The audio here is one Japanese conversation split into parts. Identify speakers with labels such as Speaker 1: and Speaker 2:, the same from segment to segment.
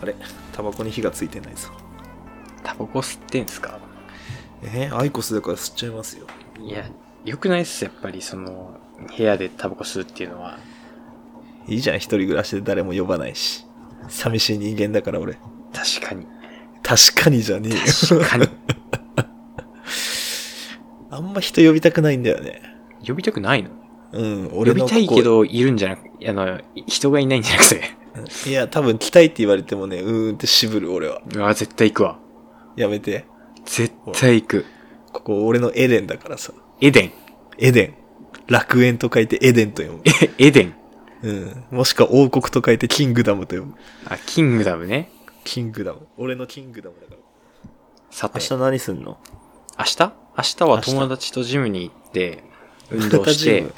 Speaker 1: あれタバコに火がついてないぞ
Speaker 2: タバコ吸ってんすか
Speaker 1: えー、アイコスだから吸っちゃいますよ
Speaker 2: いや、良くないっす、やっぱり、その、部屋でタバコ吸うっていうのは。
Speaker 1: いいじゃん一人暮らしで誰も呼ばないし寂しい人間だから俺
Speaker 2: 確かに。
Speaker 1: 確かにじゃねえよ
Speaker 2: 確かに。
Speaker 1: あんま人呼びたくないんだよね
Speaker 2: 呼びたくないの
Speaker 1: うん
Speaker 2: 呼
Speaker 1: 俺
Speaker 2: び
Speaker 1: の
Speaker 2: たいけど、いるんじゃなく、あの、人がいないんじゃなくて。
Speaker 1: いや多分来たいって言われてもねうーんって渋る俺は
Speaker 2: うわ、絶対行くわ。
Speaker 1: やめて
Speaker 2: 絶対行く。
Speaker 1: ここ俺のエデンだからさ
Speaker 2: エデン。
Speaker 1: エデン楽園と書いてエデンと読む
Speaker 2: えエデン。
Speaker 1: うんもしくは王国と書いてキングダムと読む
Speaker 2: あ、キングダムね。
Speaker 1: キングダム俺のキングダムだから
Speaker 2: さて。
Speaker 1: 明日何すんの
Speaker 2: 明日明日は
Speaker 1: 明日
Speaker 2: 友達とジムに行って、運
Speaker 1: ま
Speaker 2: 動して、
Speaker 1: たジム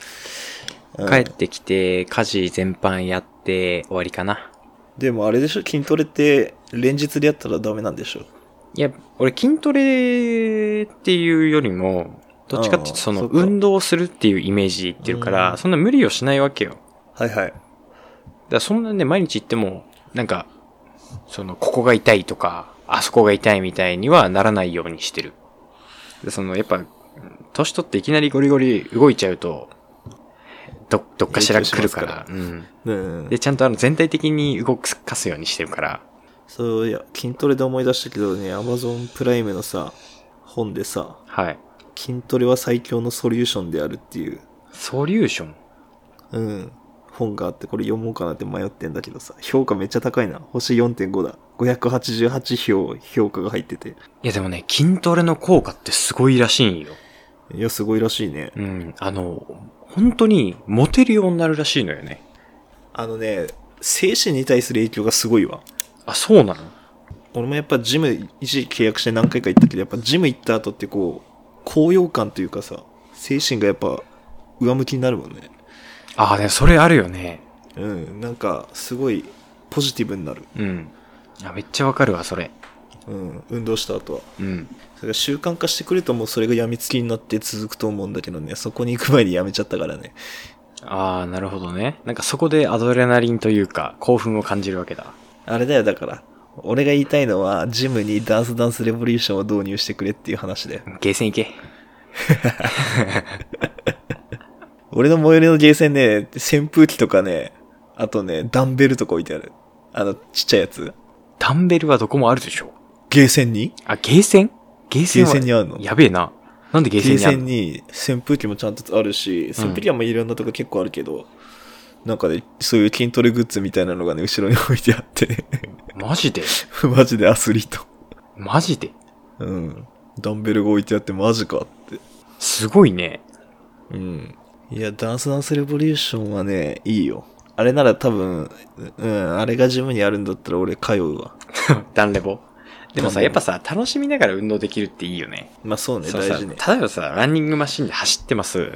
Speaker 1: うん
Speaker 2: 帰ってきて、家事全般やって終わりかな。
Speaker 1: でもあれでしょ筋トレって連日でやったらダメなんでしょ
Speaker 2: いや、俺筋トレっていうよりも、どっちかっていうとそ
Speaker 1: あ
Speaker 2: の
Speaker 1: あそっか
Speaker 2: 運動するっていうイメージで言ってるか
Speaker 1: う
Speaker 2: ら、
Speaker 1: ん
Speaker 2: そんな無理をしないわけよ。だか
Speaker 1: はいはい
Speaker 2: らそんなね、毎日行っても、なんか、その、ここが痛いとか、あそこが痛いみたいにはならないようにしてる。でその、やっぱ、年取っていきなりゴリゴリ動いちゃうと、ど、どっかしら来るから。
Speaker 1: 影響しますか
Speaker 2: うん。
Speaker 1: うん
Speaker 2: で、ちゃんとあの、全体的に動かすようにしてるから。
Speaker 1: そういや筋トレで思い出したけどねアマゾンプライムのさ本でさ
Speaker 2: はい。
Speaker 1: 筋トレは最強のソリューションであるっていう、
Speaker 2: ソリューション。
Speaker 1: うん、本があってこれ読もうかなって迷ってんだけどさ評価めっちゃ高いな星4.5だ588票評価が入ってて
Speaker 2: いやでもね、筋トレの効果ってすごいらしいんよ。
Speaker 1: いやすごいらしいね
Speaker 2: うん。あの、本当にモテるようになるらしいのよね。
Speaker 1: あのね精神に対する影響がすごいわ
Speaker 2: あ、そうなの
Speaker 1: 俺もやっぱジム一時契約して何回か行ったけどやっぱジム行った後ってこう高揚感というかさ精神がやっぱ上向きになるもんね
Speaker 2: ああ、ね、それあるよね。
Speaker 1: うんなんかすごいポジティブになる、
Speaker 2: うん。あ、めっちゃわかるわ、それ。
Speaker 1: うん、運動した後は
Speaker 2: うん。
Speaker 1: それが習慣化してくるともうそれが病みつきになって続くと思うんだけどねそこに行く前にやめちゃったからね
Speaker 2: ああ、なるほどね。なんかそこでアドレナリンというか、興奮を感じるわけだ。
Speaker 1: あれだよだから俺が言いたいのはジムにダンスダンスレボリューションを導入してくれっていう話だよ
Speaker 2: ゲーセン行け。
Speaker 1: 俺の最寄りのゲーセンね、扇風機とかね、あとね、ダンベルとか置いてある。あの、ちっちゃいやつ。
Speaker 2: ダンベルはどこもあるでしょ。
Speaker 1: ゲーセンに
Speaker 2: あ、ゲーセンゲーセンは
Speaker 1: ゲーセンにあるの
Speaker 2: やべえな。なんでゲ
Speaker 1: ゲ
Speaker 2: ーセン
Speaker 1: ー
Speaker 2: にあ
Speaker 1: セ
Speaker 2: る
Speaker 1: ンに扇
Speaker 2: の
Speaker 1: 風機もちゃんとあるし、扇風機はもういろんなとこ結構あるけど、なんかね、そういう筋トレグッズみたいなのがね、後ろに置いてあって、 ね、
Speaker 2: マジで
Speaker 1: マジでアスリート。
Speaker 2: マジで
Speaker 1: うん。ダンベルが置いてあってマジかって。
Speaker 2: すごいね。
Speaker 1: うん。いや、ダンスダンスレボリューションはね、いいよ。あれなら多分、うん、あれがジムにあるんだったら俺通うわ。
Speaker 2: ダンレボ。で
Speaker 1: ダンレ
Speaker 2: もさ、
Speaker 1: ボ
Speaker 2: やっぱさ、楽しみながら運動できるっていいよね。
Speaker 1: まあそうね、
Speaker 2: そう
Speaker 1: 大
Speaker 2: さ
Speaker 1: 事ね。
Speaker 2: 例えばさ、ランニングマシンで走ってます。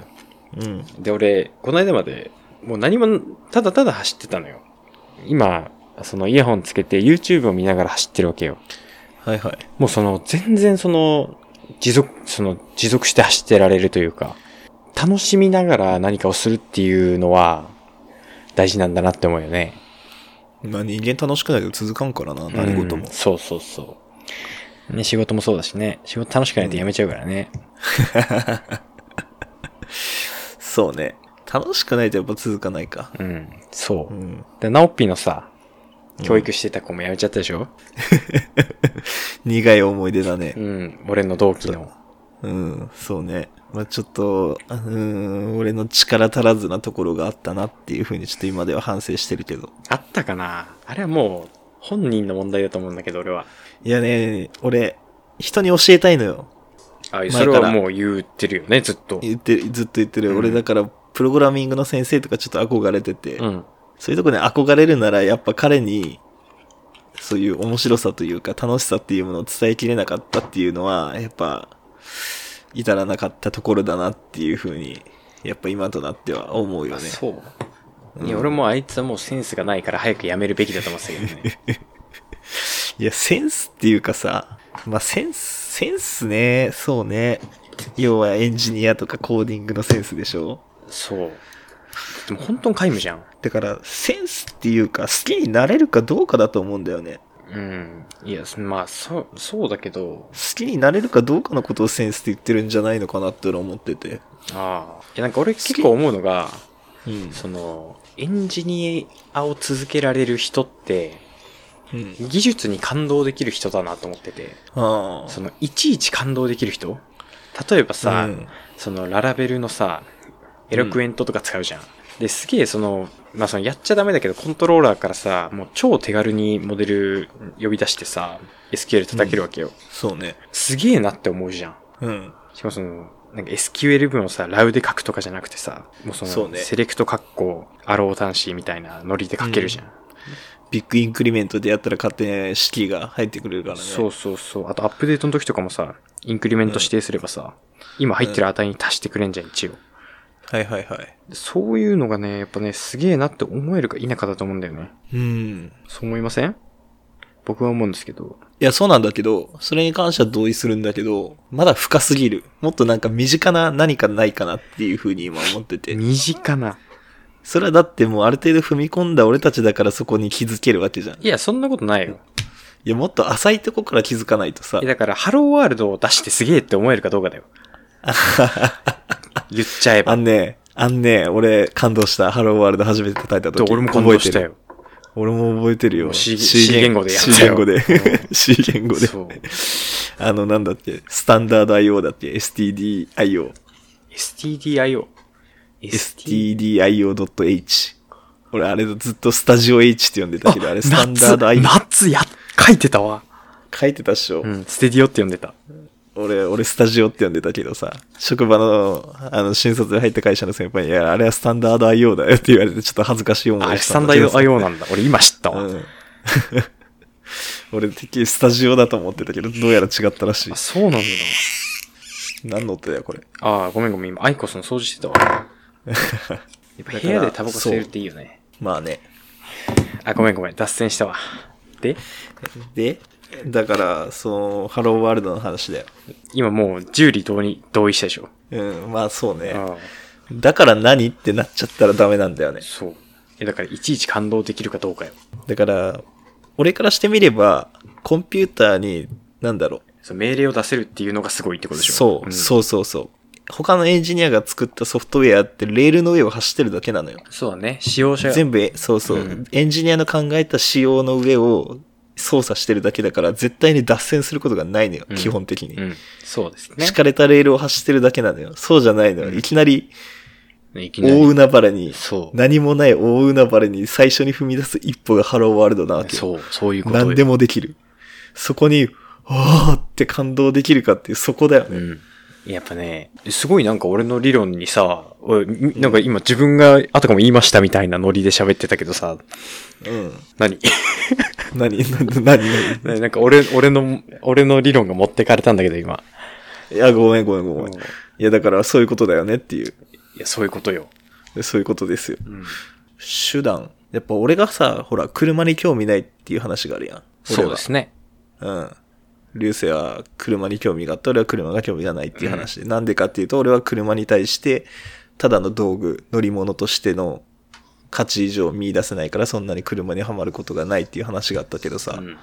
Speaker 1: うん。
Speaker 2: で、俺、この間まで、もう何も、ただただ走ってたのよ。今、そのイヤホンつけて YouTube を見ながら走ってるわけよ。
Speaker 1: はいはい。
Speaker 2: もうその、全然その、持続、その、持続して走ってられるというか、楽しみながら何かをするっていうのは、大事なんだなって思うよね。
Speaker 1: まあ人間楽しくないと続かんからな、何事も
Speaker 2: うん。そうそうそう。ね、仕事もそうだしね。仕事楽しくないとやめちゃうからね。
Speaker 1: そうね。楽しくないとやっぱ続かないか。
Speaker 2: うん。そうう。
Speaker 1: ん。
Speaker 2: で、ナオッピーのさ、
Speaker 1: うん
Speaker 2: 教育してた子もやめちゃったでしょ
Speaker 1: 苦い思い出だね
Speaker 2: う。ん。俺の同期の。
Speaker 1: うん、そうね。まあちょっと、あうん、俺の力足らずなところがあったなっていうふうにちょっと今では反省してるけど。
Speaker 2: あったかなあれはもう、本人の問題だと思うんだけど、俺は。
Speaker 1: いやね、俺、人に教えたいのよ。
Speaker 2: あ
Speaker 1: 前から
Speaker 2: それはもう言ってるよね、ずっと。
Speaker 1: 言ってる、ずっと言ってる。
Speaker 2: うん
Speaker 1: 俺だから、プログラミングの先生とかちょっと憧れてて、
Speaker 2: うん。
Speaker 1: そういうとこに憧れるなら、やっぱ彼に、そういう面白さというか、楽しさっていうものを伝えきれなかったっていうのは、やっぱ、至らなかったところだなっていうふうに、やっぱ今となっては思うよ
Speaker 2: あ
Speaker 1: ね。
Speaker 2: そうう。
Speaker 1: ん
Speaker 2: いや、俺もあいつはもうセンスがないから早くやめるべきだと思ってたけど ね。
Speaker 1: いや、センスっていうかさ、まあ、センス、センスね、そうね。要はエンジニアとかコーディングのセンスでしょ
Speaker 2: そう。でも本当に皆無じゃん。
Speaker 1: だから、センスっていうか、好きになれるかどうかだと思うんだよね。
Speaker 2: うん。いや、そまあ、そう、そうだけど、
Speaker 1: 好きになれるかどうかのことをセンスって言ってるんじゃないのかなって俺は思ってて。
Speaker 2: ああ。いや、なんか俺結構思うのが、
Speaker 1: うん。
Speaker 2: その、エンジニアを続けられる人って、
Speaker 1: うん。
Speaker 2: 技術に感動できる人だなと思ってて、
Speaker 1: ああ。
Speaker 2: その、いちいち感動できる人例えばさ、
Speaker 1: うん
Speaker 2: その、ララベルのさ、エロクエントとか使うじゃん。で、すげえその、まあ、その、やっちゃダメだけど、コントローラーからさ、もう超手軽にモデル呼び出してさ、SQL 叩けるわけよ。
Speaker 1: そうね。
Speaker 2: すげえなって思うじゃん。
Speaker 1: うん。
Speaker 2: しかもその、なんか SQL 文をさ、ラウで書くとかじゃなくてさ、もうその、
Speaker 1: そうね
Speaker 2: セレクトカッコ、アロー端子みたいなノリで書けるじゃん。
Speaker 1: ビッグインクリメントでやったら勝手に式が入ってくれるからね。
Speaker 2: そうそうそう。あとアップデートの時とかもさ、インクリメント指定すればさ、今入ってる値に足してくれんじゃん、一応。
Speaker 1: はいはいはい。
Speaker 2: そういうのがね、やっぱね、すげえなって思えるか否かだと思うんだよね。
Speaker 1: うん。
Speaker 2: そう思いません僕は思うんですけど。
Speaker 1: いや、そうなんだけど、それに関しては同意するんだけど、まだ深すぎる。もっとなんか身近な何かないかなっていうふうに今思ってて。
Speaker 2: 身近な。
Speaker 1: それはだってもうある程度踏み込んだ俺たちだからそこに気づけるわけじゃん。い
Speaker 2: いや、そんなことないよ。
Speaker 1: や、もっと浅いとこから気づかないとさ
Speaker 2: え。だから、ハローワールドを出してすげえって思えるかどうか だよ。言っちゃえば
Speaker 1: あ。んね、あんね、俺感動した。ハローワールド初めて叩いた時。
Speaker 2: 俺も感動
Speaker 1: 覚
Speaker 2: した
Speaker 1: えてる。
Speaker 2: よ。
Speaker 1: 俺も覚えてるよ。
Speaker 2: C- C 言語でやったよ
Speaker 1: C 言語で
Speaker 2: う。
Speaker 1: C 言語で。
Speaker 2: そう。
Speaker 1: あの、なんだっけ、スタンダード IO だっけ、STDIO。
Speaker 2: STDIO。ST
Speaker 1: stdio.h。俺、あれずっとスタジオ H って呼んでたけど、あれスタンダード IO
Speaker 2: ナッツや、書いてたわ。
Speaker 1: 書いてたっしょ。
Speaker 2: うん、ステディオって呼んでた。
Speaker 1: 俺、俺スタジオって呼んでたけどさ、職場の、あの、新卒で入った会社の先輩に、いや、あれはスタンダード IO だよって言われて、ちょっと恥ずかしい思いを
Speaker 2: あれ、
Speaker 1: し
Speaker 2: ス
Speaker 1: た
Speaker 2: タ
Speaker 1: ん
Speaker 2: ン
Speaker 1: だけ
Speaker 2: ダ
Speaker 1: ど
Speaker 2: ード
Speaker 1: さ
Speaker 2: IO なんだ。俺今知ったわ。
Speaker 1: うん。 俺、てっきりスタジオだと思ってたけど、どうやら違ったらしい
Speaker 2: あ、。そうなんだ。
Speaker 1: 何の音だよ、これ。
Speaker 2: あー、ごめんごめん。今、アイコスの掃除して たわ。やっぱ部屋でタバコ吸えるっていいよね。
Speaker 1: まあね。
Speaker 2: あ、ごめんごめん。脱線したわ。で、
Speaker 1: で、だから、その、ハローワールドの話だよ。
Speaker 2: 今もう、十里同に同意したでしょ。
Speaker 1: うん、まあそうね。
Speaker 2: ああ、
Speaker 1: だから何ってなっちゃったらダメなんだよね。
Speaker 2: そう。え、だから、いちいち感動できるかどうかよ。
Speaker 1: だから、俺からしてみれば、コンピューターに、なんだろ
Speaker 2: そう命令を出せるっていうのがすごいって
Speaker 1: う。
Speaker 2: ことでしょ。
Speaker 1: そう、
Speaker 2: ん
Speaker 1: そうそうそう。他のエンジニアが作ったソフトウェアってレールの上を走ってるだけなのよ。
Speaker 2: そうだね。使用者
Speaker 1: 全部、えそうそう、
Speaker 2: うん
Speaker 1: エンジニアの考えた仕様の上を操作してるだけだから、絶対に脱線することがないのよ、
Speaker 2: うん
Speaker 1: 基本的に。
Speaker 2: うん。そうですね
Speaker 1: 敷。かれたレールを走ってるだけなのよ。そうじゃないのよ。
Speaker 2: うん
Speaker 1: いきなり
Speaker 2: いきなり
Speaker 1: 大海原に、
Speaker 2: そう。
Speaker 1: 何もない大海原に最初に踏み出す一歩がハローワールドなわけよ。
Speaker 2: そう、そういうことよ
Speaker 1: 何でもできる。そこに、あーって感動できるかっていう、そこだよ
Speaker 2: う
Speaker 1: ね。
Speaker 2: ん。やっぱね、すごいなんか俺の理論にさ、おいみなんか今自分があたかも言いましたみたいなノリで喋ってたけどさ、
Speaker 1: うん。
Speaker 2: 何
Speaker 1: 何、何、何、
Speaker 2: ねなんか俺、俺の、俺の理論が持ってかれたんだけど今。
Speaker 1: いや、ごめんごめんごめん。
Speaker 2: うん
Speaker 1: いや、だからそういうことだよねっていう。
Speaker 2: いや、そういうことよ。
Speaker 1: そういうことですよ。
Speaker 2: うん。
Speaker 1: 手段。やっぱ俺がさ、ほら、車に興味ないっていう話があるやん。
Speaker 2: そうですね。
Speaker 1: 俺は。うん。流星は車に興味があって、俺は車が興味がないっていう話。な、んでかっていうと、俺は車に対して、ただの道具、乗り物としての価値以上見出せないから、そんなに車にはまることがないっていう話があったけどさ、
Speaker 2: うん。
Speaker 1: ま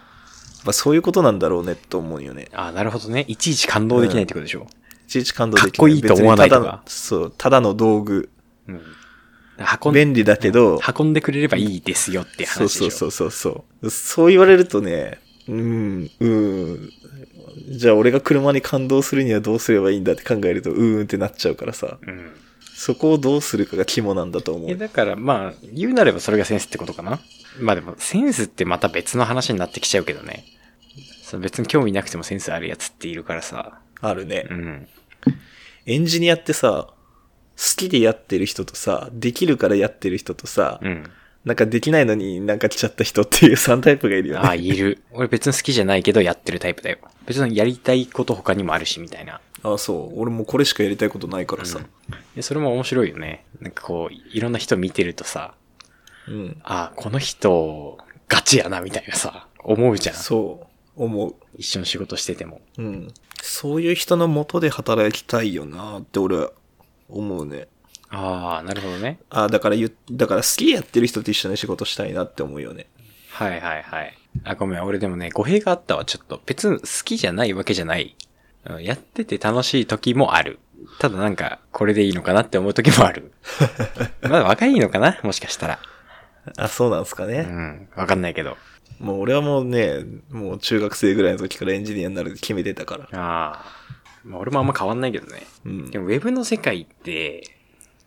Speaker 1: あ、そういうことなんだろうねと思うよね。
Speaker 2: あなるほどね。いちいち感動できないってことでしょ。
Speaker 1: いちいち感動できない。
Speaker 2: かっこいいと思わないとか
Speaker 1: 別にただのそう、ただの道具。
Speaker 2: うん。運ん
Speaker 1: 便利だけど、
Speaker 2: 運んでくれればいいですよって話
Speaker 1: そ
Speaker 2: で
Speaker 1: う
Speaker 2: しょ。
Speaker 1: そうそうそうそう。そう言われるとね、うん、うん。じゃあ俺が車に感動するにはどうすればいいんだって考えると、うーんってなっちゃうからさ。
Speaker 2: うん。
Speaker 1: そこをどうするかが肝なんだと思
Speaker 2: え、
Speaker 1: う。
Speaker 2: だからまあ、言うなればそれがセンスってことかな。まあでも、センスってまた別の話になってきちゃうけどね。その別に興味なくてもセンスあるやつっているからさ。
Speaker 1: あるね
Speaker 2: う。ん。
Speaker 1: エンジニアってさ、好きでやってる人とさ、できるからやってる人とさ、
Speaker 2: うん。
Speaker 1: なんかできないのになんか来ちゃった人っていう3タイプがいるよね。
Speaker 2: ああ、いる。俺別に好きじゃないけどやってるタイプだよ。別にやりたいこと他にもあるし、みたいな。
Speaker 1: あそう。俺もうこれしかやりたいことないからさ。
Speaker 2: で、それも面白いよね。なんかこう、いろんな人見てるとさ、
Speaker 1: うん。
Speaker 2: ああ、この人、ガチやな、みたいなさ、思うじゃん。
Speaker 1: そう。思
Speaker 2: 一緒に仕事してても。
Speaker 1: う。うん。そういう人のもとで働きたいよなって俺は思うね。
Speaker 2: ああ、なるほどね。
Speaker 1: あだから言う、だから好きでやってる人と一緒に仕事したいなって思うよね。
Speaker 2: はいはいはい。あ、ごめん。俺でもね、語弊があったわ。ちょっと別に好きじゃないわけじゃない。うんやってて楽しい時もある。ただなんか、これでいいのかなって思う時もある。まだ若いのかなもしかしたら。
Speaker 1: あ、そうなんですか
Speaker 2: う
Speaker 1: ね。
Speaker 2: ん。わかんないけど。
Speaker 1: もう俺はもうね、もう中学生ぐらいの時からエンジニアになるって決めてたから。
Speaker 2: ああ。まあ俺もあんま変わんないけどね。
Speaker 1: うん
Speaker 2: で。もウェブの世界って、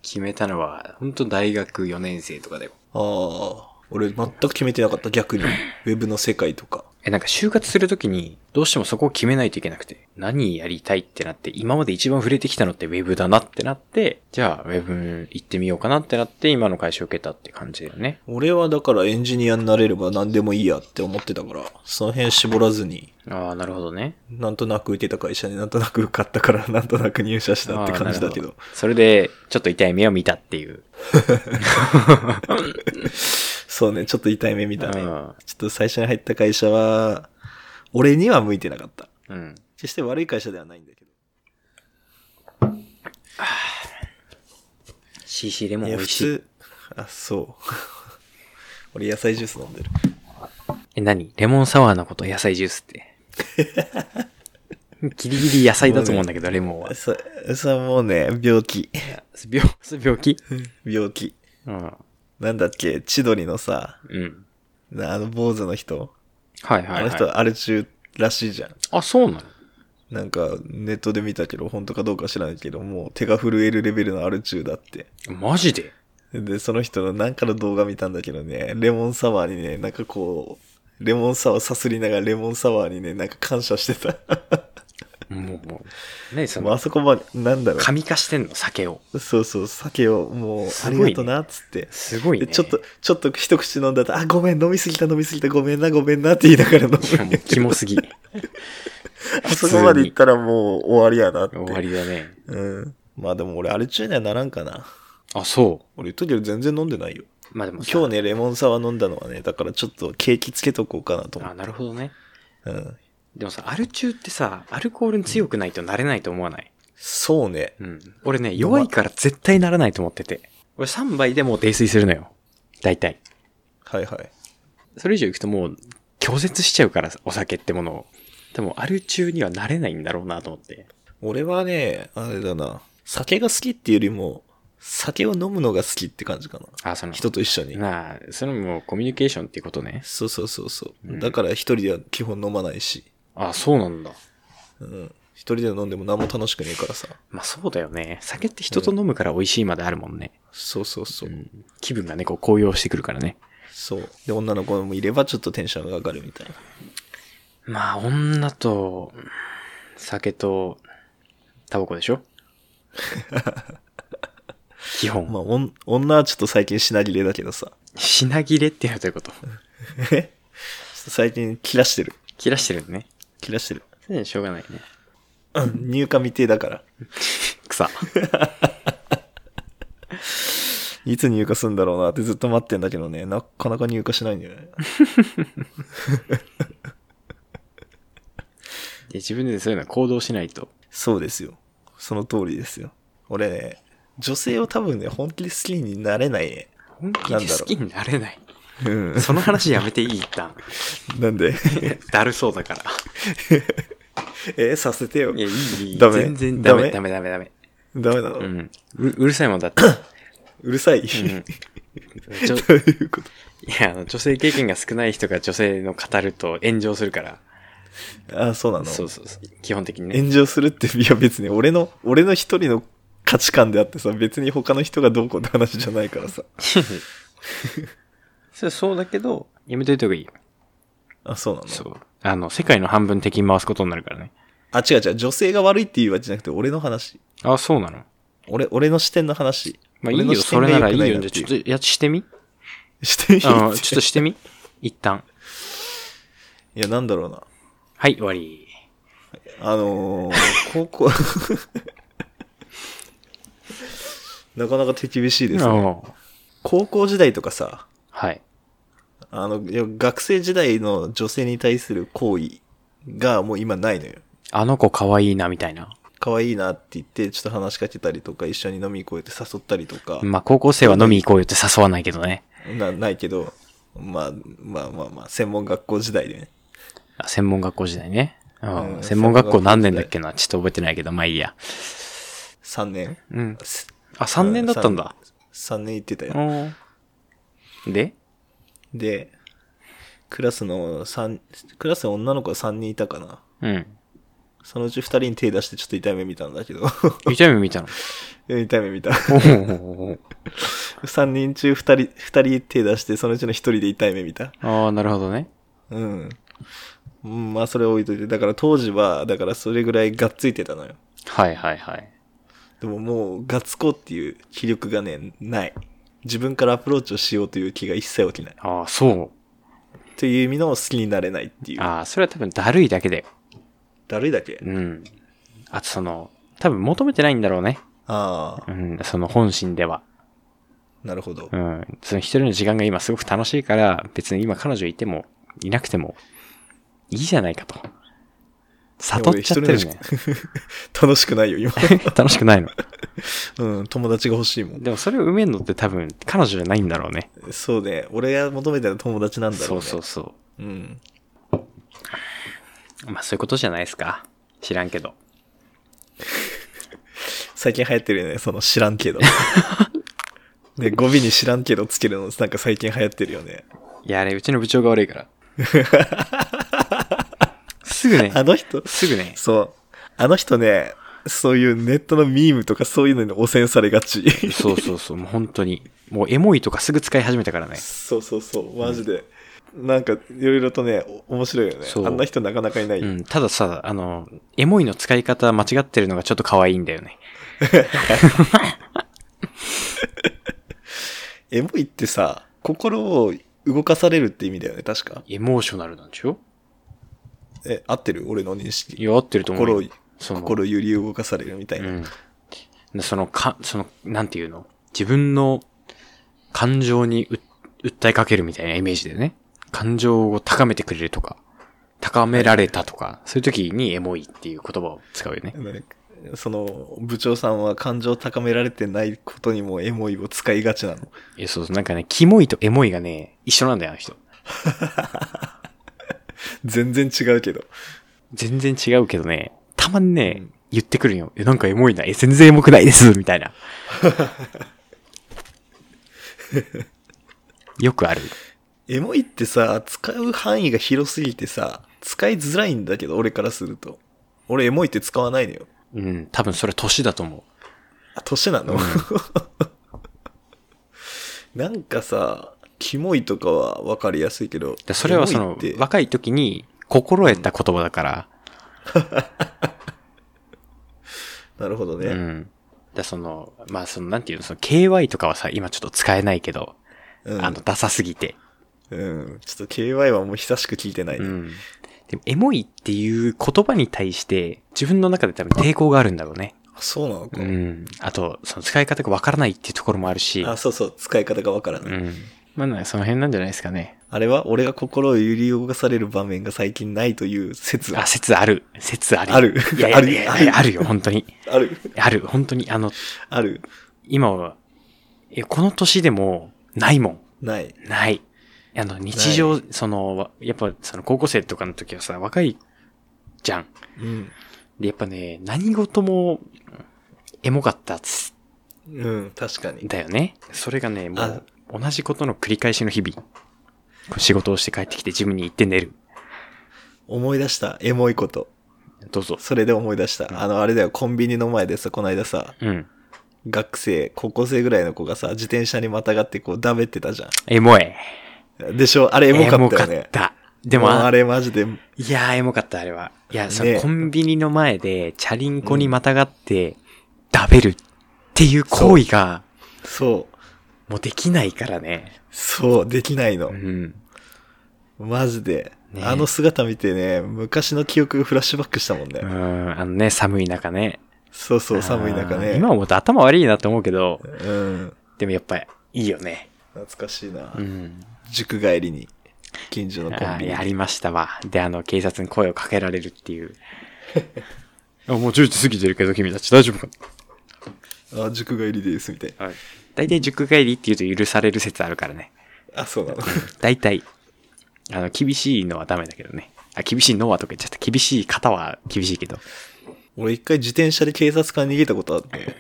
Speaker 2: 決めたのは、本当大学4年生とかだよ。
Speaker 1: ああ、俺全く決めてなかった、逆 に。ウェブの世界とか。
Speaker 2: え、なんか就活するときに、どうしてもそこを決めないといけなくて、何やりたいってなって、今まで一番触れてきたのってウェブだなってなって、じゃあウェブ行ってみようかなってなって、今の会社を受けたって感じだよね。
Speaker 1: 俺はだからエンジニアになれれば何でもいいやって思ってたから、その辺絞らずに、
Speaker 2: ああ、なるほどね。
Speaker 1: なんとなく受けた会社になんとなく受かったから、なんとなく入社したって感じだけ
Speaker 2: あーなるほ
Speaker 1: ど。
Speaker 2: それで、ちょっと痛い目を見たっていう。
Speaker 1: そうね、ちょっと痛い目見たね。ち
Speaker 2: う
Speaker 1: ょ
Speaker 2: ん
Speaker 1: っと最初に入った会社は、俺には向いてなかった。
Speaker 2: うん。
Speaker 1: 決して悪い会社ではないんだけど。
Speaker 2: CC レモン
Speaker 1: い
Speaker 2: 美
Speaker 1: や、
Speaker 2: 味
Speaker 1: 普
Speaker 2: しい。
Speaker 1: 通、あ、そう。 俺野菜ジュース飲んでる。
Speaker 2: え、何レモンサワーのこと野菜ジュースって。 ギリギリ野菜だと思うんだけど、レモンは。
Speaker 1: そ、それはもうね、病気。
Speaker 2: 病、病気
Speaker 1: 病気。
Speaker 2: うん。
Speaker 1: なんだっけ、千鳥のさ、
Speaker 2: うん。
Speaker 1: あの坊主の人。
Speaker 2: はいはい、はい。
Speaker 1: あの人、アル中らしいじゃん。
Speaker 2: あ、そうなの
Speaker 1: なんか、ネットで見たけど、本当かどうか知らないけど、もう手が震えるレベルのアル中だって。
Speaker 2: マジで
Speaker 1: で、その人のなんかの動画見たんだけどね、レモンサワーにね、なんかこう、レモンサワーさすりながらレモンサワーにね、なんか感謝してた。
Speaker 2: もう、もう、 何そ
Speaker 1: もう
Speaker 2: の
Speaker 1: あ、そこまで、なんだろ
Speaker 2: 神化してんの酒を。
Speaker 1: う。そうそう、酒をもう、
Speaker 2: す
Speaker 1: あり
Speaker 2: ごいね
Speaker 1: がとな、っつって。
Speaker 2: すごいね。
Speaker 1: でちょっと、ちょっと一口飲んだと、あ、ごめん、飲みすぎた、飲みすぎた、ごめんな、ごめんなって言いなが ら飲む。
Speaker 2: いや、もう、キモすぎ。
Speaker 1: あそこまで行ったらもう終わりやなって。
Speaker 2: 終わりだね。
Speaker 1: うん。まあでも俺、アル中にはならんかな。
Speaker 2: あ、そ
Speaker 1: 俺言っとくけど全然飲んでないよ。
Speaker 2: う。まあでもさ、
Speaker 1: 今日ね、レモンサワー飲んだのはね、だからちょっとケーキつけとこうかなと思
Speaker 2: あ、
Speaker 1: う。
Speaker 2: なるほどね。
Speaker 1: うん。
Speaker 2: でもさ、アル中ってさ、アルコールに強くないとなれないと思わない。
Speaker 1: そうね。
Speaker 2: うん。俺ね、弱いから絶対ならないと思ってて。俺3杯でもう泥酔するのよ。大体。
Speaker 1: はいはい。
Speaker 2: それ以上行くともう、拒絶しちゃうから、お酒ってものを。でも、アル中にはなれないんだろうなと思って。
Speaker 1: 俺はね、あれだな。酒が好きっていうよりも、酒を飲むのが好きって感じかな。
Speaker 2: あ、その、
Speaker 1: 人と一緒に。
Speaker 2: なあ、それもコミュニケーションっていうことね。
Speaker 1: そうそうそうそう、
Speaker 2: うん
Speaker 1: だから一人では基本飲まないし。
Speaker 2: あ、そうなんだ。
Speaker 1: うん。一人で飲んでも何も楽しくねえからさ。
Speaker 2: まあそうだよね。酒って人と飲むから美味しいまであるもんね。
Speaker 1: そうそうそう。
Speaker 2: うん気分がね、こう高揚してくるからね。
Speaker 1: そう。で、女の子もいればちょっとテンションが上がるみたいな。
Speaker 2: まあ女と、酒と、タバコでしょ 基本。
Speaker 1: まあ、おん女はちょっと最近品切れだけどさ。
Speaker 2: 品切れってやるということ。
Speaker 1: えちょっと最近切らしてる。
Speaker 2: 切らしてるのね。
Speaker 1: 切らしてる。
Speaker 2: それでしょうがないね。
Speaker 1: うん入荷未定だから。
Speaker 2: 草。
Speaker 1: いつ入荷するんだろうなってずっと待ってんだけどね。なかなか入荷しないんだよね。
Speaker 2: で自分でそういうのは行動しないと。
Speaker 1: そうですよ。その通りですよ。俺ね、女性を多分ね、本気で好きになれないね。
Speaker 2: 本気
Speaker 1: なん
Speaker 2: で
Speaker 1: だろう
Speaker 2: 好きになれない。
Speaker 1: うん。
Speaker 2: その話やめていい一旦。
Speaker 1: なん で
Speaker 2: だるそうだから。
Speaker 1: え、させてよ
Speaker 2: い。や、いい、いい。
Speaker 1: ダメ
Speaker 2: 全然ダメ、
Speaker 1: ダ
Speaker 2: ダメ、ダメ、ダメ。
Speaker 1: ダメなの、
Speaker 2: う。
Speaker 1: うん
Speaker 2: ううるさいもんだって。
Speaker 1: るさい。
Speaker 2: うん、ちょい
Speaker 1: どういうこと
Speaker 2: や、あの、女性経験が少ない人が女性の語ると炎上するから。
Speaker 1: あ、そうなの
Speaker 2: そうそうそう。基本的にね。
Speaker 1: 炎上するって、いや別に俺の、俺の一人の価値観であってさ、別に他の人がどうこうって話じゃないからさ。
Speaker 2: そうそうだけど、やめといた方がいいよ。
Speaker 1: あ、そうなの
Speaker 2: そう。あの、世界の半分敵に回すことになるからね。
Speaker 1: あ、違う違う、女性が悪いっていうわけじゃなくて、俺の話。
Speaker 2: あ、そうなの。
Speaker 1: 俺、俺の視点の話。
Speaker 2: まあいい
Speaker 1: 俺の
Speaker 2: よ、
Speaker 1: 視
Speaker 2: そ
Speaker 1: 点が
Speaker 2: れならいい
Speaker 1: 良く
Speaker 2: よ。
Speaker 1: な
Speaker 2: じゃあ
Speaker 1: って
Speaker 2: ち
Speaker 1: い
Speaker 2: ょ
Speaker 1: う
Speaker 2: っと、や、してみ
Speaker 1: していい
Speaker 2: あのちょっと
Speaker 1: い
Speaker 2: してみ 一旦。
Speaker 1: や、なんだろうな。
Speaker 2: はい、終わり。
Speaker 1: あのー、高校、 なかなか手厳しいですね。
Speaker 2: おう
Speaker 1: 高校時代とかさ、
Speaker 2: はい。
Speaker 1: あの、いや学生時代の女性に対する行為がもう今ないのよ。
Speaker 2: あの子可愛いな、みたいな。
Speaker 1: 可愛いなって言って、ちょっと話しかけたりとか、一緒に飲み行こうよって誘ったりとか、
Speaker 2: まあ、高校生は飲み行こうよって誘わないけどね。
Speaker 1: なないけど、まあ、まあまあまあ、専門学校時代でね。
Speaker 2: あ専門学校時代ね。うん
Speaker 1: うん
Speaker 2: 専門学校何年だっけなちょっと覚えてないけど、まあいいや。
Speaker 1: 3年。
Speaker 2: うん。あ、3年だったんだ。
Speaker 1: 3年行ってたよ。
Speaker 2: うん。で
Speaker 1: で、クラスの三クラスの女の子が3人いたかな。
Speaker 2: うん。
Speaker 1: そのうち2人に手出してちょっと痛い目見たんだけど。
Speaker 2: 痛い 目見たの。
Speaker 1: 痛い目見た。
Speaker 2: おー
Speaker 1: 3人中2人、2人手出して、そのうちの1人で痛い目見た。
Speaker 2: ああ、なるほどね。
Speaker 1: うん。うん、まあそれ置いといて。だから当時は、だからそれぐらいがっついてたのよ。
Speaker 2: はいはいはい。
Speaker 1: でももう、ガッツこうっていう気力がね、ない。自分からアプローチをしようという気が一切起きない。
Speaker 2: ああ、そう。
Speaker 1: という意味の好きになれないっていう。
Speaker 2: ああ、それは多分だるいだけだよ。
Speaker 1: だるいだけ。
Speaker 2: うん。あとその、多分求めてないんだろうね。
Speaker 1: ああ、
Speaker 2: うん、その本心では。
Speaker 1: なるほど
Speaker 2: う。ん。その一人の時間が今すごく楽しいから、別に今彼女いても、いなくても、いいじゃないかと。悟っちゃってるね。
Speaker 1: 楽しくないよ、 今。
Speaker 2: 楽しくないの。
Speaker 1: うん、友達が欲しいもん。
Speaker 2: でもそれを埋めるのって多分彼女じゃないんだろうね。
Speaker 1: そうね、俺が求めてる友達なんだろう
Speaker 2: そ
Speaker 1: ね。
Speaker 2: うそうそ
Speaker 1: うん。
Speaker 2: う。まあそういうことじゃないですか。知らんけど。
Speaker 1: 最近流行ってるよね、その知らんけ ど。で、語尾に知らんけどつけるの、なんか最近流行ってるよね。
Speaker 2: いや、あれ、うちの部長が悪いから。 すぐね、
Speaker 1: あの人、
Speaker 2: すぐね。
Speaker 1: そう。あの人ね、そういうネットのミームとかそういうのに汚染されがち。
Speaker 2: そうそうそう、もう本当に。もうエモいとかすぐ使い始めたからね。
Speaker 1: そうそうそう、マジで。なんか、いろいろとね、お面白いよね。
Speaker 2: そう
Speaker 1: あんな人なかなかいない。
Speaker 2: うん、たださ、あの、エモいの使い方間違ってるのがちょっと可愛いんだよね。
Speaker 1: エモいってさ、心を動かされるって意味だよね、確か。
Speaker 2: エモーショナルなんでしょ
Speaker 1: え、合ってる俺の認
Speaker 2: い
Speaker 1: 識。
Speaker 2: や、合ってると思うよ。
Speaker 1: 心を、
Speaker 2: その
Speaker 1: 心揺り動かされるみたいな。
Speaker 2: うん。でその、か、その、なんていうの自分の感情にう訴えかけるみたいなイメージだよね。感情を高めてくれるとか、高められたとか、そういう時にエモいっていう言葉を使うよね。
Speaker 1: なんかその、部長さんは感情を高められてないことにもエモいを使いがちなの。
Speaker 2: いや、そうそう、なんかね、キモいとエモいがね、一緒なんだよ、あの人。
Speaker 1: 全然違うけど。
Speaker 2: 全然違うけどね、たまにね、
Speaker 1: うん
Speaker 2: 言ってくるんよ。え、なんかエモいな。え、全然エモくないです、みた いな。よくある。
Speaker 1: エモいってさ、使う範囲が広すぎてさ、使いづらいんだけど、俺からすると。俺エモいって使わないのよ。
Speaker 2: うん、多分それ年だと思う。
Speaker 1: あ、年なの、 なんかさ、キモいとかは分かりやすいけど。
Speaker 2: でそれはそ
Speaker 1: エモい
Speaker 2: の
Speaker 1: って、
Speaker 2: 若い時に心得た言葉だから、
Speaker 1: なるほどね。
Speaker 2: うん。でその、まあその、なんていうの、その KY とかはさ、今ちょっと使えないけど、
Speaker 1: うん。
Speaker 2: あの、ダサすぎて。
Speaker 1: うん。ちょっと KY はもう久しく聞いてない、
Speaker 2: う
Speaker 1: ね
Speaker 2: ん。でも、エモいっていう言葉に対して、自分の中で多分抵抗があるんだろうね。
Speaker 1: あそうなのか。
Speaker 2: うん。あと、その使い方がわからないっていうところもあるし、
Speaker 1: あ、そうそう。使い方が分からない。
Speaker 2: うん。まあなんかその辺なんじゃないですかね。
Speaker 1: あれは俺が心を揺り動かされる場面が最近ないという説
Speaker 2: あ、
Speaker 1: あ
Speaker 2: 説ある。説ある。
Speaker 1: ある
Speaker 2: いやいやいやいや、あるよ、本当に。
Speaker 1: ある
Speaker 2: ある、本当に。あの、
Speaker 1: ある
Speaker 2: 今は、え、この年でも、ないもん。
Speaker 1: ない。
Speaker 2: ない。あの、日常、その、わやっぱ、その、高校生とかの時はさ、若いじゃん。
Speaker 1: うん。
Speaker 2: で、やっぱね、何事も、エモかったっつ
Speaker 1: うん、確かに。
Speaker 2: だよね。それがね、も
Speaker 1: あ
Speaker 2: う、同じことの繰り返しの日々。こう仕事をして帰ってきて、ジムに行って寝る。
Speaker 1: 思い出した。エモいこと。
Speaker 2: どうぞ。
Speaker 1: それで思い出した。あの、あれだよ、コンビニの前でさ、この間さ、
Speaker 2: うん。
Speaker 1: 学生、高校生ぐらいの子がさ、自転車にまたがってこう、だべってたじゃ
Speaker 2: エモい。
Speaker 1: ん。でしょあれエモかったよ
Speaker 2: エモか
Speaker 1: ね
Speaker 2: っ。たで
Speaker 1: もう
Speaker 2: も、
Speaker 1: あ
Speaker 2: あ
Speaker 1: れマジで、
Speaker 2: いやー、エモかった、あれは。いや、そ
Speaker 1: ね
Speaker 2: のコンビニの前で、チャリンコにまたがって、食べるっていう行為が、
Speaker 1: そう、
Speaker 2: もうできないからね。
Speaker 1: そう、できないの
Speaker 2: う。ん。
Speaker 1: マジで。
Speaker 2: ね
Speaker 1: あの姿見てね、昔の記憶がフラッシュバックしたもんね
Speaker 2: う。ん、あのね、寒い中ね。
Speaker 1: そうそう、寒い中
Speaker 2: あー
Speaker 1: ね。
Speaker 2: 今思うと頭悪いなって思うけど、
Speaker 1: うん。
Speaker 2: でもやっぱり、いいよね。
Speaker 1: 懐かしいな。
Speaker 2: うん。
Speaker 1: 塾帰りに、近所のコンビ
Speaker 2: あー
Speaker 1: ニに
Speaker 2: や。りましたわ。で、あの、警察に声をかけられるっていう。 あもう10時過ぎてるけど、君たち大丈夫か
Speaker 1: あ、塾帰りです、みたいな。
Speaker 2: 大体塾帰りって言うと許される説あるからね。
Speaker 1: あ、そうなの。
Speaker 2: 大体。あの、厳しいのはダメだけどね。あ、厳しいのはとか言っちゃった。厳しい方は厳しいけど。
Speaker 1: 俺一回自転車で警察官に逃げたことあって、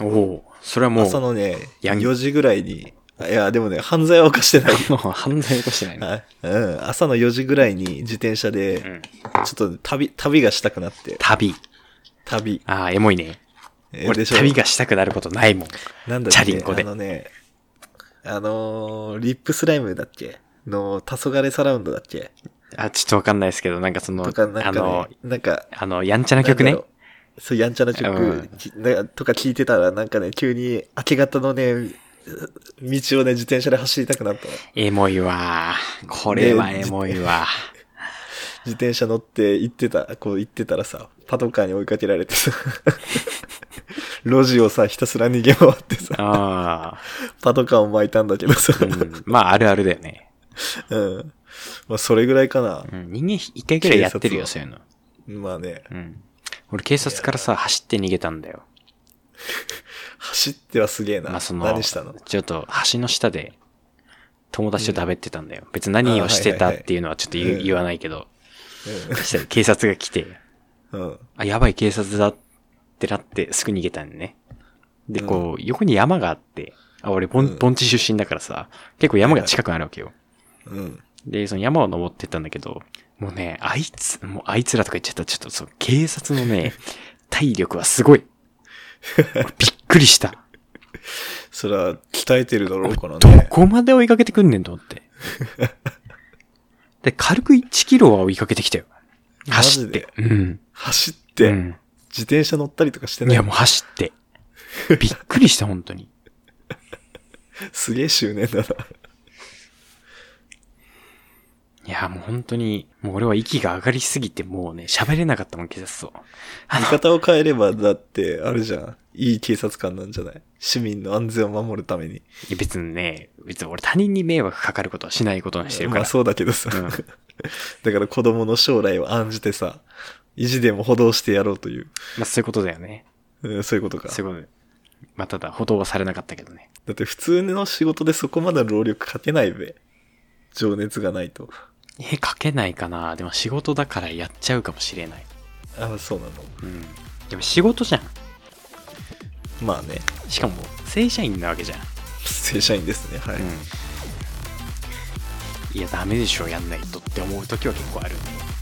Speaker 2: おおそれはもう、
Speaker 1: 朝のね、
Speaker 2: やん
Speaker 1: 4時ぐらいに、あいや、でもね、犯罪は犯してないよ。
Speaker 2: もう犯罪を起こしてないの。
Speaker 1: あうん、朝の4時ぐらいに自転車で、
Speaker 2: うん。
Speaker 1: ちょっとね旅、旅がしたくなって、
Speaker 2: 旅。
Speaker 1: 旅。
Speaker 2: ああ、エモいね。
Speaker 1: え
Speaker 2: 俺、
Speaker 1: でしょ
Speaker 2: 旅がしたくなることないもん。
Speaker 1: なんだっけ
Speaker 2: チャリンコで
Speaker 1: あのね、あのーリップスライムだっけの、黄昏サラウンドだっけ
Speaker 2: あ、ちょっとわかんないですけど、なんかその、
Speaker 1: とか、な
Speaker 2: あ
Speaker 1: んか、
Speaker 2: の
Speaker 1: ね、、なんか、
Speaker 2: あの、やんちゃな曲
Speaker 1: な
Speaker 2: ね
Speaker 1: んだ。ろうそう、やんちゃな曲、
Speaker 2: うん
Speaker 1: きなとか聞いてたら、なんかね、急に明け方のね、道をね、自転車で走りたくなったの。
Speaker 2: エモいわー。これは
Speaker 1: で
Speaker 2: エモいわ
Speaker 1: 自転車乗って行ってた、こう行ってたらさ、パトカーに追いかけられてさ、路地をさ、ひたすら逃げ回ってさ
Speaker 2: ー。、あ
Speaker 1: パトカーを巻いたんだけどさ、
Speaker 2: あ。うん。まあ、あるあるだよね。
Speaker 1: うん。まあ、それぐらいかな。
Speaker 2: うん。人間一回ぐらいやってるよ、
Speaker 1: 警
Speaker 2: そういうの。
Speaker 1: まあね、
Speaker 2: うん。俺、警察からさ、走って逃げたんだよ。
Speaker 1: 走ってはすげえな。
Speaker 2: まあ、その、
Speaker 1: 何したの
Speaker 2: ちょっと橋の下で友達とだべってたんだよ。別に何をしてたっていうのはちょっと言,、
Speaker 1: あはいはいはい
Speaker 2: 言わないけど、そしたら警察が来て、
Speaker 1: うん。うん。
Speaker 2: あ、やばい警察だってなってすぐ逃げたんだね。で、こう、横に山があって、あ、俺盆、
Speaker 1: うん
Speaker 2: 盆地出身だからさ、結構山が近くにあるわけよ。
Speaker 1: うん。
Speaker 2: で、その山を登ってったんだけど、もうね、あいつ、もうあいつらとか言っちゃったら、ちょっとそう、警察の ね、体力はすごい。俺びっく りした。
Speaker 1: それは鍛えてるだろうから
Speaker 2: ど
Speaker 1: ね。
Speaker 2: こまで追いかけてくんねんと思って。で、軽く1キロは追いかけてきたよ。
Speaker 1: マ
Speaker 2: 走っ
Speaker 1: ジ
Speaker 2: て
Speaker 1: で。
Speaker 2: うん。
Speaker 1: 走っ
Speaker 2: う
Speaker 1: て、
Speaker 2: ん。
Speaker 1: 自転車乗ったりとかして
Speaker 2: い
Speaker 1: ない。
Speaker 2: や、もう走って。びっくりした、本当に。
Speaker 1: すげえ執念だな。
Speaker 2: いや、もう本当に、もう俺は息が上がりすぎて、もうね、喋れなかったもん、警察と。あ
Speaker 1: 見
Speaker 2: の、
Speaker 1: 方を変えれば、だって、あれじゃん。いい警察官なんじゃない市民の安全を守るために。
Speaker 2: いや別にね、別に俺他人に迷惑かかることはしないことにしてるか
Speaker 1: まあ
Speaker 2: ら。
Speaker 1: そうだけどさ。
Speaker 2: うん
Speaker 1: だから子供の将来を案じてさ、意地でも補導してやろうという、
Speaker 2: まあそういうことだよね。
Speaker 1: うんそういうことか。
Speaker 2: そういうこと。まあただ、補導はされなかったけどね。
Speaker 1: だって普通の仕事でそこまでの労力かけないべ。情熱がないと。
Speaker 2: え、書けないかなでも仕事だからやっちゃうかもしれない。
Speaker 1: あ、そうなの。
Speaker 2: うん。でも仕事じゃん。
Speaker 1: まあね、
Speaker 2: しかも正社員なわけじゃん、
Speaker 1: 正社員ですね。はい。
Speaker 2: いやダメでしょやんないとって思う時は結構あるんで